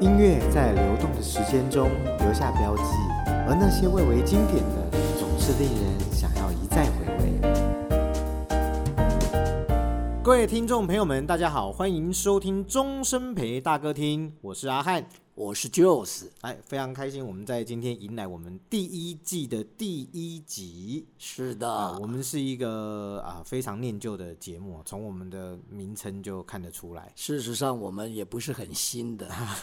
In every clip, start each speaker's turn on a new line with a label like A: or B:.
A: 音乐在流动的时间中留下标记，而那些蔚为经典的，总是令人想要一再回味。各位听众朋友们，大家好，欢迎收听《终身陪大哥听》，我是阿汉。
B: 我是 Jules，
A: 哎，非常开心，我们在今天迎来我们第一季的第一集。
B: 是
A: 啊、
B: 的，
A: 我们是一个啊、非常念旧的节目，从我们的名称就看得出来，
B: 事实上我们也不是很新的，
A: 啊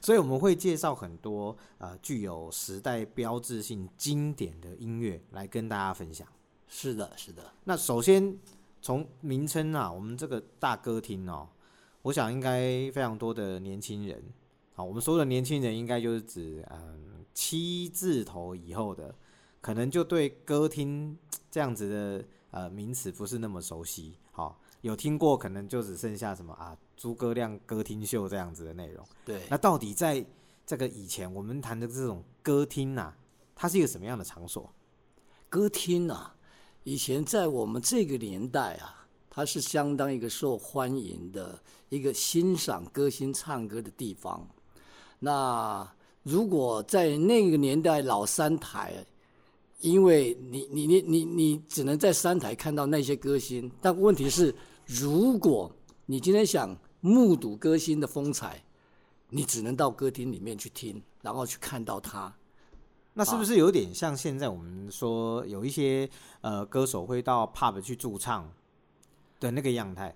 A: 所以我们会介绍很多呃具有时代标志性经典的音乐来跟大家分享。
B: 是的，是的，
A: 那首先从名称啊，我们这个大歌厅哦，我想应该非常多的年轻人，好，我们说的年轻人应该就是指嗯七字头以后的，可能就对歌厅这样子的呃名词不是那么熟悉，好，有听过可能就只剩下什么啊诸葛亮歌厅秀这样子的内容。
B: 对，
A: 那到底在这个以前我们谈的这种歌厅啊，它是一个什么样的场所？
B: 歌厅啊，以前在我们这个年代啊，它是相当一个受欢迎的一个欣赏歌星唱歌的地方。那如果在那个年代老三台，因为你你你你你只能在三台看到那些歌星，但问题是，如果你今天想目睹歌星的风采，你只能到歌厅里面去听，然后去看到他。
A: 那是不是有点像现在我们说有一些呃歌手会到 pub 去驻唱的那个样态？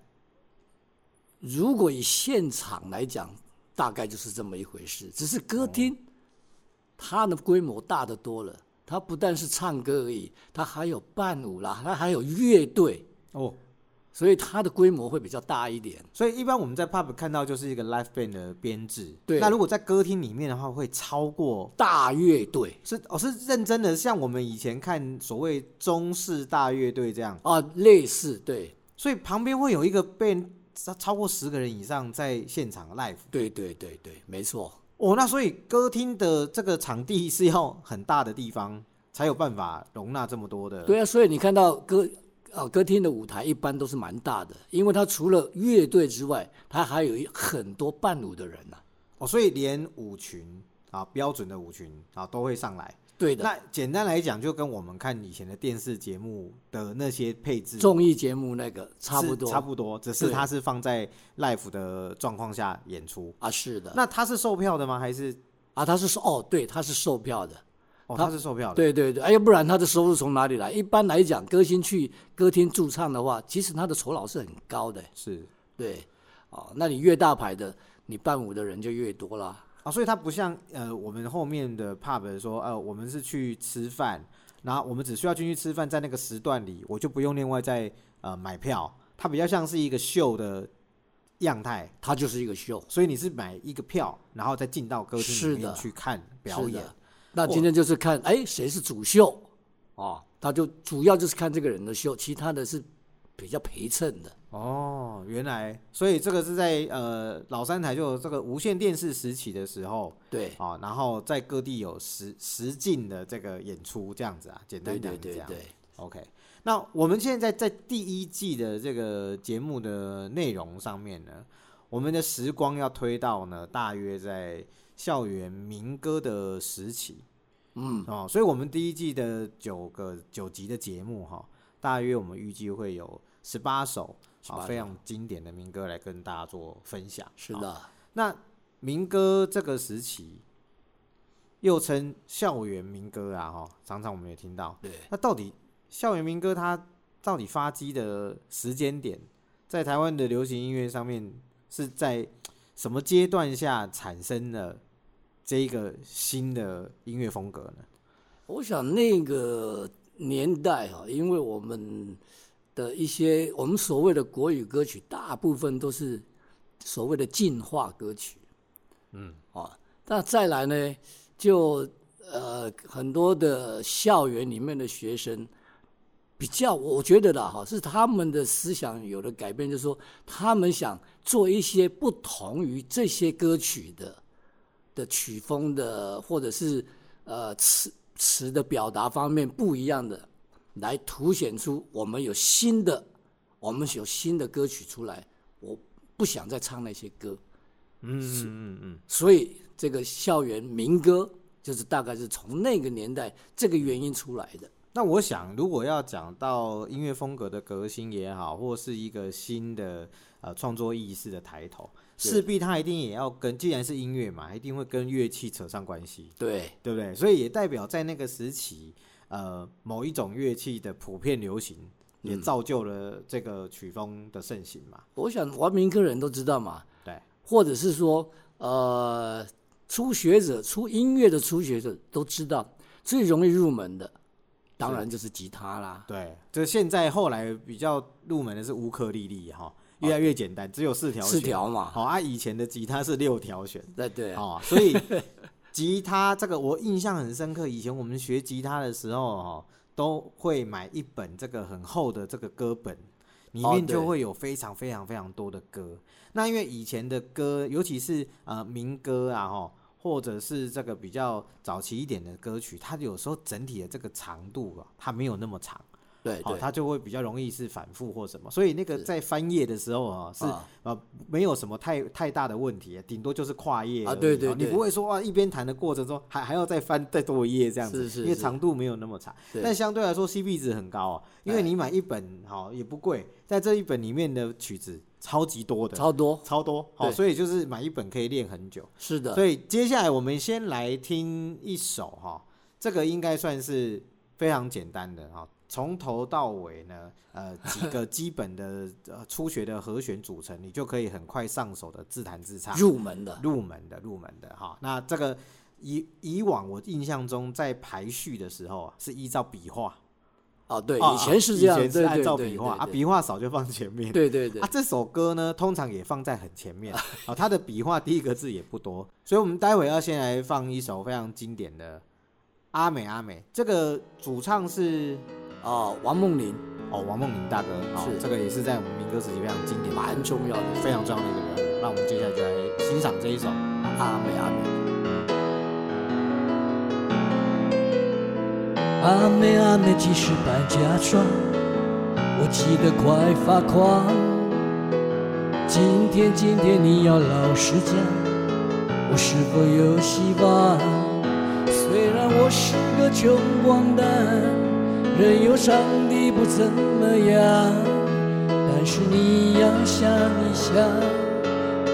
B: 如果以现场来讲，大概就是这么一回事。只是歌厅，
A: 哦
B: 它的规模大得多了。它不但是唱歌而已，它还有伴舞啦，它还有乐队，
A: 哦，
B: 所以它的规模会比较大一点。
A: 所以一般我们在 pub 看到就是一个 live band 的编制。
B: 对
A: 那如果在歌厅里面的话，会超过
B: 大乐队
A: 是哦是认真的，像我们以前看所谓中式大乐队这样，
B: 啊，类似对
A: 所以旁边会有一个 band 超超过十个人以上在现场 live。
B: 对对对对，没错。
A: 哦，那所以歌厅的这个场地是要很大的地方才有办法容纳这么多的。
B: 对啊，所以你看到歌啊歌厅的舞台一般都是蛮大的，因为它除了乐队之外，它还有一很多伴舞的人啊呐、
A: 哦，所以连舞群啊，标准的舞群啊，都会上来。
B: 对的，
A: 那简单来讲，就跟我们看以前的电视节目的那些配置
B: 综艺节目那个差不
A: 是
B: 多，
A: 差不多，只是
B: 对
A: 它是放在 l i f e 的状况下演出。
B: 啊，是的，
A: 那它是售票的吗？还是
B: 啊，他是说哦，对，他是售票的，
A: 哦，
B: 它
A: 它是售票的？
B: 对对对，哎，要不然他的收入从哪里来？一般来讲，歌星去歌厅驻唱的话，其实他的酬劳是很高的，
A: 是
B: 对，哦，那你越大牌的，你伴舞的人就越多啦，
A: 啊，所以它不像呃我们后面的 pub 说，呃，我们是去吃饭，然后我们只需要进去吃饭，在那个时段里，我就不用另外再呃买票，它比较像是一个秀的样态。
B: 他就是一个秀，
A: 所以你是买一个票，然后再进到歌厅里
B: 是
A: 面
B: 的
A: 去看表
B: 是
A: 演
B: 的。。那今天就是看哎谁是主秀，哦，他就主要就是看这个人的秀，其他的是比较陪衬的，
A: 哦，原来，所以这个是在呃老三台就有这个无线电视时期的时候
B: 对，
A: 啊、哦然后在各地有实实境的这个演出这样子啊，简单
B: 对
A: 讲
B: 对
A: 是这
B: 对
A: 样。
B: 对。
A: OK，那我们现在在第一季的这个节目的内容上面呢，我们的时光要推到呢，大约在校园民歌的时期。嗯，哦，所以我们第一季的九个九集的节目哈、大约我们预计会有十八首啊、
B: 18首
A: 非常经典的民歌来跟大家做分享。
B: 是
A: 好
B: 的，
A: 那民歌这个时期，又称校园民歌啊，哈，常常我们也听到。
B: 对，
A: 那到底校园民歌它到底发迹的时间点，在台湾的流行音乐上面是在什么阶段下产生了这一个新的音乐风格呢？
B: 我想那个年代哈、因为我们的一些我们所谓的国语歌曲，大部分都是所谓的进化歌曲，嗯，啊，那再来呢，就呃很多的校园里面的学生。比较，我觉得啦，哈，是他们的思想有了改变，就是说他们想做一些不同于这些歌曲的的曲风的，或者是呃词词的表达方面不一样的，来凸显出我们有新的，我们有新的歌曲出来。我不想再唱那些歌，
A: 嗯嗯嗯嗯，
B: 所以这个校园民歌就是大概是从那个年代这个原因出来的。
A: 那我想，如果要讲到音乐风格的革新也好，或是一个新的呃创作意识的抬头，
B: 是
A: 势必它一定也要跟，既然是音乐嘛，一定会跟乐器扯上关系，
B: 对，
A: 对不对？所以也代表在那个时期，呃，某一种乐器的普遍流行，
B: 嗯
A: 也造就了这个曲风的盛行嘛。
B: 我想玩民歌的人都知道嘛，
A: 对，
B: 或者是说，呃，初学者、初音乐的初学者都知道，最容易入门的，当然就是吉他啦。
A: 对，就现在后来比较入门的是乌克丽丽哈，越来越简单，只有四条弦，
B: 四条嘛，
A: 好啊，以前的吉他是六条弦。
B: 对对啊，
A: 哦，所以吉他这个我印象很深刻。以前我们学吉他的时候哦，都会买一本这个很厚的这个歌本，里
B: 哦
A: 面
B: 对
A: 就会有非常非常非常多的歌。那因为以前的歌，尤其是呃民歌啊，哈，或者是这个比较早期一点的歌曲，它有时候整体的这个长度啊，它没有那么长，
B: 对
A: 好、
B: 哎对，
A: 它就会比较容易是反复或什么。所以那个在翻页的时候啊，是
B: 啊
A: 呃，没有什么太太大的问题，顶多就是跨页
B: 啊
A: 而已
B: 对对
A: 哦你
B: 对
A: 不会说哇，一边弹的过程中还还要再翻再多一页这样子，
B: 是是
A: 因为
B: 是
A: 长度没有那么长，
B: 对
A: 但相对来说 CP 值很高啊、因为
B: 哎
A: 你买一本好、也不贵，在这一本里面的曲子超级多的，
B: 超多，
A: 超多，好、
B: 对
A: 所以就是买一本可以练很久。
B: 是的，
A: 所以接下来我们先来听一首哈、这个应该算是非常简单的哈、从头到尾呢，呃，几 个基本的呃初学的和弦组成，你就可以很快上手的自弹自唱，
B: 入门的，
A: 入门的入门的哈、那这个以以往我印象中在排序的时候啊，是依照笔画，
B: 哦，对，
A: 啊
B: 以前是这样，
A: 以前
B: 对
A: 是
B: 对
A: 按照
B: 对
A: 笔画
B: 对
A: 啊，
B: 对
A: 笔画少就放前面，
B: 对对对
A: 啊，，这首歌呢，通常也放在很前 面啊、它的笔画第一个字也不多，所以我们待会要先来放一首非常经典的《阿美阿美》，这个主唱是
B: 哦，王梦麟
A: 哦王梦麟大哥，好、
B: 是
A: 这个也是在我们民歌时期非常经典、
B: 蛮重要的，
A: 非常重要的一个人物。那我们接下来就来欣赏这一首。
B: 阿美阿美。
C: 阿妹阿妹几十百家庄，我急得快发狂。今天今天你要老实讲，我是否有希望？虽然我是个穷光蛋，人有上帝不怎么样，但是你要想一想，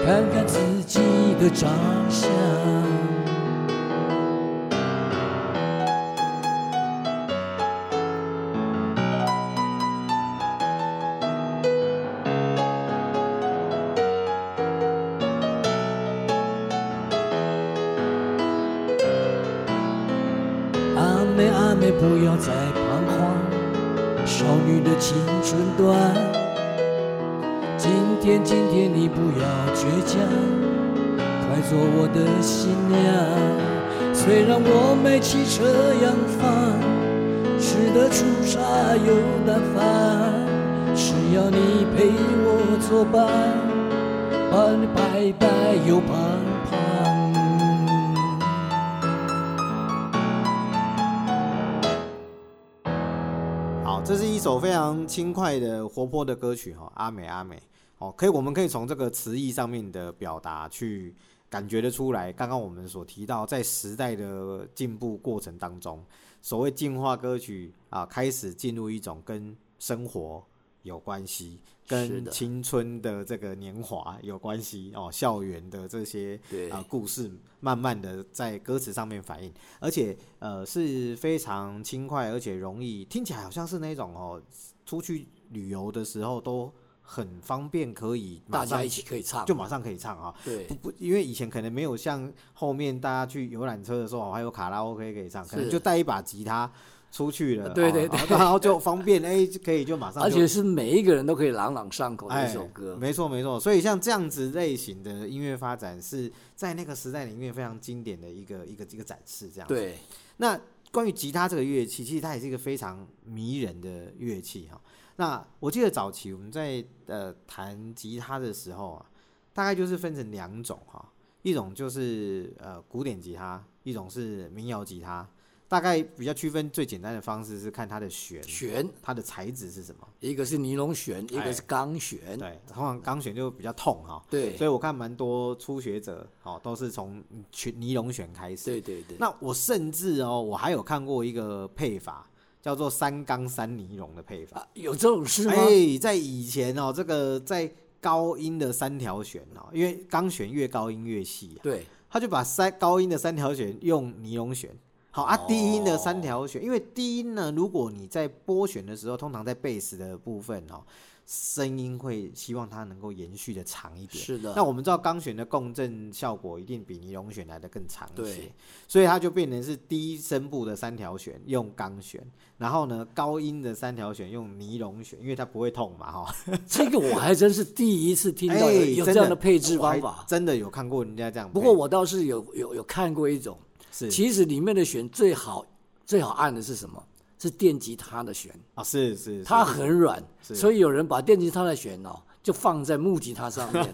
C: 看看自己的长相。阿妹阿妹，不要再彷徨，少女的青春短。今天今天你不要倔强，快做我的新娘。虽然我没汽车洋房，吃得出差又淡饭，只要你陪我作伴，把你白白又胖胖。
A: 好，这是一首非常轻快的、活泼的歌曲哈、阿美阿美。哦，可以，我们可以从这个词义上面的表达去感觉得出来。刚刚我们所提到，在时代的进步过程当中，所谓进化歌曲啊，开始进入一种跟生活有关系、
B: 是
A: 跟
B: 的
A: 青春的这个年华有关系哦，校园的这些
B: 对
A: 啊、故事，慢慢的在歌词上面反映，而且呃是非常轻快，而且容易听起来好像是那种哦，出去旅游的时候都很方便，可以
B: 大
A: 马上
B: 家一起可以唱，
A: 就马上可以唱啊。
B: 对
A: 不不，因为以前可能没有像后面大家去游览车的时候，还有卡拉 OK 可以唱，可能
B: 是
A: 就带一把吉他出去了，
B: 对
A: 哦
B: 对
A: 然后然后就方便，哎，就可以就马上就，
B: 而且是每一个人都可以朗朗上口的
A: 哎，
B: 一首歌。
A: 没错没错，所以像这样子类型的音乐发展是在那个时代里面非常经典的一个一个一个展示，这样。，
B: 对，
A: 那关于吉他这个乐器，其实它也是一个非常迷人的乐器哈。那我记得早期我们在呃弹吉他的时候啊，大概就是分成两种哈，一种就是呃古典吉他，一种是民谣吉他。大概比较区分最简单的方式是看它的弦，
B: 弦，
A: 它的材质是什么。
B: 一个是尼龙弦，一个是钢弦，
A: 对，通常钢弦就比较痛哈、
B: 对
A: 所以我看蛮多初学者哦，都是从全尼龙弦开始。
B: 对对对，
A: 那我甚至哦，我还有看过一个配法，叫做三钢三尼龙的配法。
B: 啊，有这种事吗？
A: 哎，在以前哦，这个在高音的三条弦哦，因为钢弦越高音越细、啊，
B: 对，
A: 他就把三高音的三条弦用尼龙弦。好啊
B: 哦，
A: 低音的三条弦，因为低音呢，如果你在拨弦的时候，通常在贝斯的部分哦，声音会希望它能够延续的长一点。
B: 是的
A: 那我们知道钢弦的共振效果一定比尼龙弦来的更长一些
B: 对，
A: 所以它就变成是低声部的三条弦用钢弦，然后呢高音的三条弦用尼龙弦，因为它不会痛嘛哈。
B: 这个我还真是第一次听到有,、
A: 哎
B: 有这
A: 真
B: 样的配置方
A: 我还
B: 法。
A: 真的有看过人家这样配。
B: 不过我倒是有有有看过一种，
A: 是
B: 其实里面的弦最好最好按的是什么？是电吉他的弦，
A: 啊是是，是
B: 它很软，
A: 是
B: 所以有人把电吉他的弦哦就放在木吉他上 面，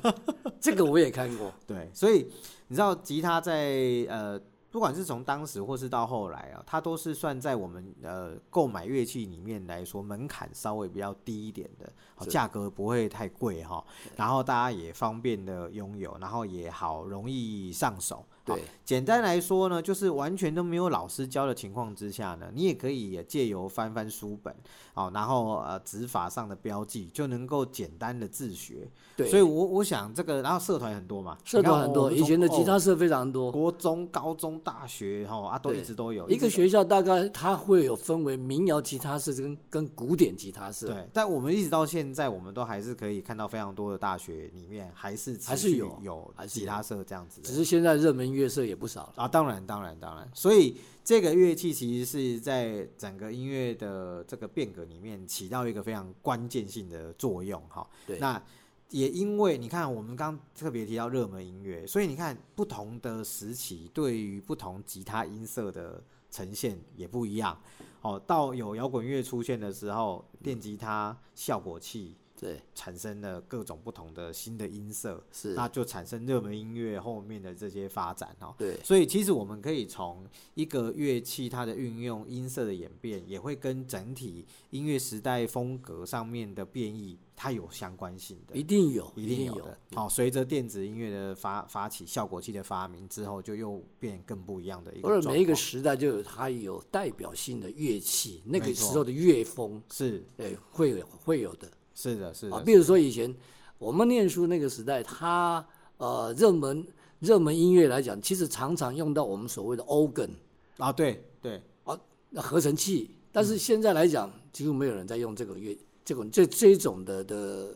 B: 这个我也看过。
A: 对，所以你知道吉他在呃，不管是从当时或是到后来啊，它都是算在我们呃购买乐器里面来说门槛稍微比较低一点的，好价格不会太贵哈，然后大家也方便的拥有，然后也好容易上手。好
B: 对，
A: 简单来说呢，就是完全都没有老师教的情况之下呢，你也可以借由翻翻书本，好，然后呃指法上的标记就能够简单的自学。
B: 对，
A: 所以我我想这个，然后社团很多嘛，
B: 社团很多，
A: 你看我们
B: 以
A: 从
B: 前的吉他
A: 哦
B: 社非常多。
A: 国中、高中、大学哈啊，都
B: 对
A: 一直都有
B: 一个
A: 直都
B: 学校大概它会有分为民谣吉他社跟跟古典吉他社，
A: 对，但我们一直到现在，我们都还是可以看到非常多的大学里面还是持
B: 还是
A: 续
B: 有
A: 有
B: 还是
A: 吉
B: 有
A: 他社这样子的
B: 只是现在热门乐社也不少了。
A: 啊，当然，当然，当然。所以这个乐器其实是在整个音乐的这个变革里面起到一个非常关键性的作用哈。
B: 对
A: 那也因为你看，我们刚特别提到热门音乐，所以你看不同的时期对于不同吉他音色的呈现也不一样。哦，到有摇滚乐出现的时候，电吉他效果器
B: 对，
A: 产生了各种不同的新的音色，
B: 是，
A: 那就产生热门音乐后面的这些发展哦。
B: 对，
A: 所以其实我们可以从一个乐器它的运用、音色的演变，也会跟整体音乐时代风格上面的变异，它有相关性的，
B: 一定有，
A: 一
B: 定
A: 定有的。好、随着电子音乐的发发起，效果器的发明之后，就又变更不一样的一个
B: 或
A: 状
B: 者
A: 况。
B: 每一个时代就有它有代表性的乐器，那个
A: 没
B: 时
A: 错
B: 候的乐风，
A: 是
B: 对，会有会有的
A: 是的，是的，
B: 啊。比如说以前我们念书那个时代，它呃热门热门音乐来讲，其实常常用到我们所谓的 organ
A: 啊，对对，
B: 啊，那合成器。但是现在来讲，几乎没有人在用这个乐这种这这种的的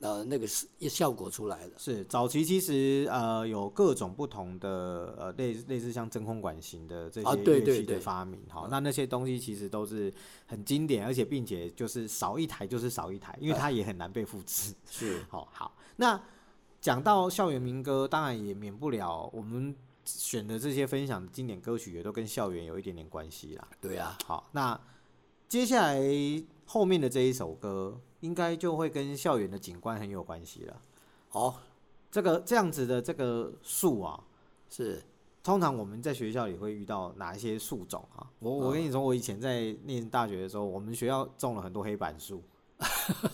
B: 呃那个是效果出来了。
A: 是早期其实呃有各种不同的呃类类似像真空管型的这
B: 啊
A: 些
B: 对
A: 乐
B: 对
A: 器
B: 对嗯
A: 的发明，好、那那些东西其实都是很经典，而且并且就是少一台就是少一台，因为它也很难被复制。
B: 是
A: 好、好，那讲到校园民歌，当然也免不了我们选的这些分享的经典歌曲也都跟校园有一点点关系啦。
B: 对啊，
A: 好，那接下来后面的这一首歌应该就会跟校园的景观很有关系了。
B: 哦，
A: 这个这样子的这个树啊，
B: 是
A: 通常我们在学校里会遇到哪一些树种啊？我
B: 嗯
A: 我跟你说，我以前在念大学的时候，我们学校种了很多黑板 树。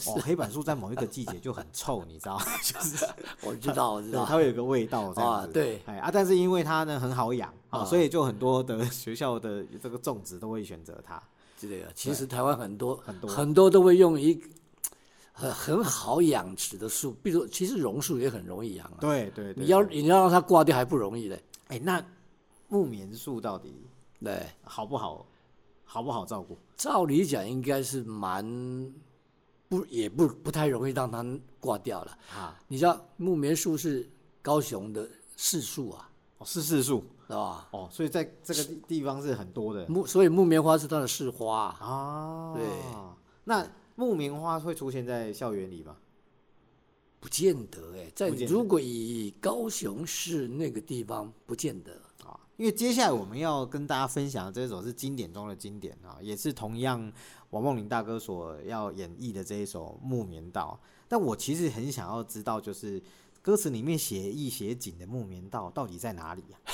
A: 哦，黑板树在某一个季节就很臭，你知道，就是
B: 我知道，我知
A: 对
B: 道。
A: 它会有一个味道这样
B: 啊
A: 子。
B: 对
A: 哎啊，但是因为它呢很好养
B: 啊
A: 啊，所以就很多的学校的这个种植都会选择它。
B: 之类的。其实台湾很多
A: 很多
B: 都会用一很很好养殖的树，比如其实榕树也很容易养啊。
A: 对对对，
B: 你要
A: 对
B: 你要让它挂掉还不容易嘞。
A: 哎，那木棉树到底
B: 对，
A: 好不好？好不好照顾？
B: 照理讲应该是蛮不也不不太容易让它挂掉了。
A: 啊，
B: 你知道木棉树是高雄的市树啊，
A: 哦，是是树
B: 是吧？
A: 哦，所以在这个地地方是很多的。
B: 木所以木棉花是它的市花啊、
A: 啊，
B: 对。
A: 那木棉花会出现在校园里吗？
B: 不见得哎、在
A: 不见得
B: 如果以高雄市那个地方，不见得。
A: 啊，因为接下来我们要跟大家分享的这首是经典中的经典啊，也是同样王梦麟大哥所要演绎的这一首《木棉道》。但我其实很想要 知道，就是歌词里面写意写景的木棉道到底在哪里呀、啊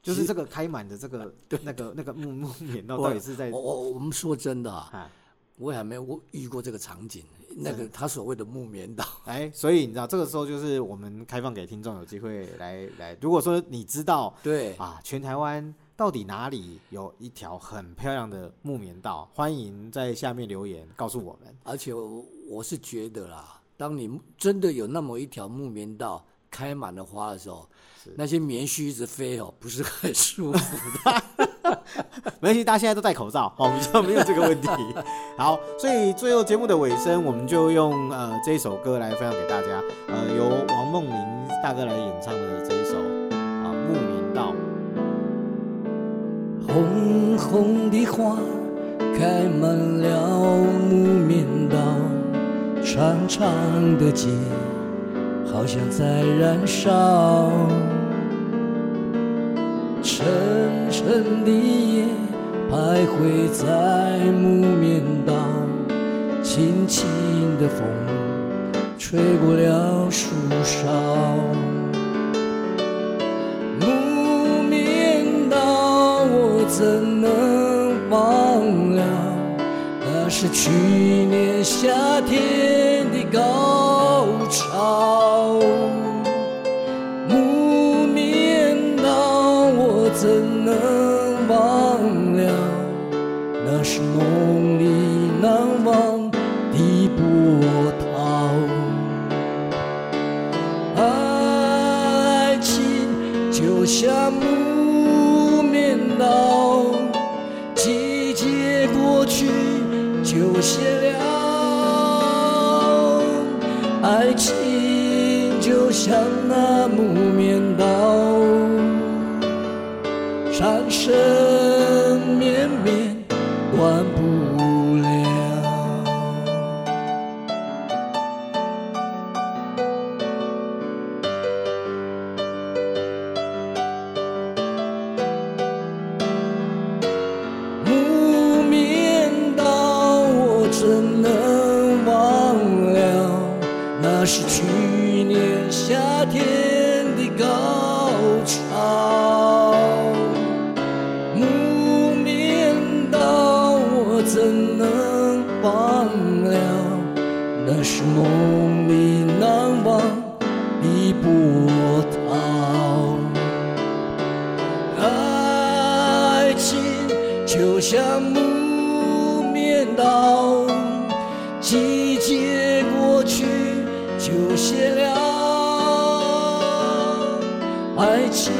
A: 就是这个开满的这 个那个那个木木棉道到底是在
D: 我我我们说真的啊，
A: 啊？
D: 我也没有遇过这个场景，那
A: 嗯
D: 个他所谓的木棉道，
A: 哎，所以你知道这个时候就是我们开放给听众有机会来来，如果说你知道
D: 对，
A: 啊，全台湾到底哪里有一条很漂亮的木棉道，欢迎在下面留言告诉我们。
D: 而且我我是觉得啦，当你真的有那么一条木棉道开满了花的时候
A: 是，
D: 那些棉絮一直飞哦，不是很舒服。
A: 没关系，大家现在都戴口罩， 哦，比较没有这个问题。 好，所以最后节目的尾声，我们就用呃这一首歌来分享给大家，呃，由王梦麟大哥来演唱的这一首啊《木棉道》。
B: 红红的花开满了木棉道，长长的街好像在燃烧。沉沉的夜徘徊在木棉道，轻轻的风吹过了树梢。木棉道，我怎能忘了？那是去年夏天的高潮。木棉道，我怎能忘了？那是梦里难忘的波涛。爱情就像木棉道，季节过去就谢了。爱情就像那木棉道，缠身绵绵断不了。木棉道，我怎能忘了？那是去年夏天的高潮。木棉道，我怎能忘了？那是梦里难忘的波涛。爱情就像木棉道，季节过去就谢了。爱情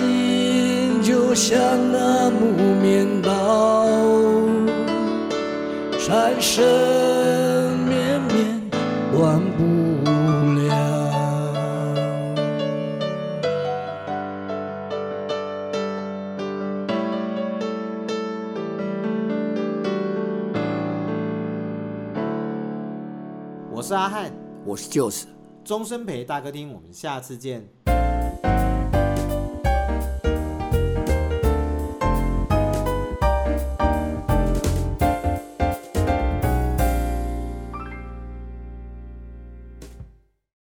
B: 就像那木棉道，缠身绵绵断不了。
A: 我是阿汉，
D: 我是就是。
A: 终身陪大哥听，我们下次见。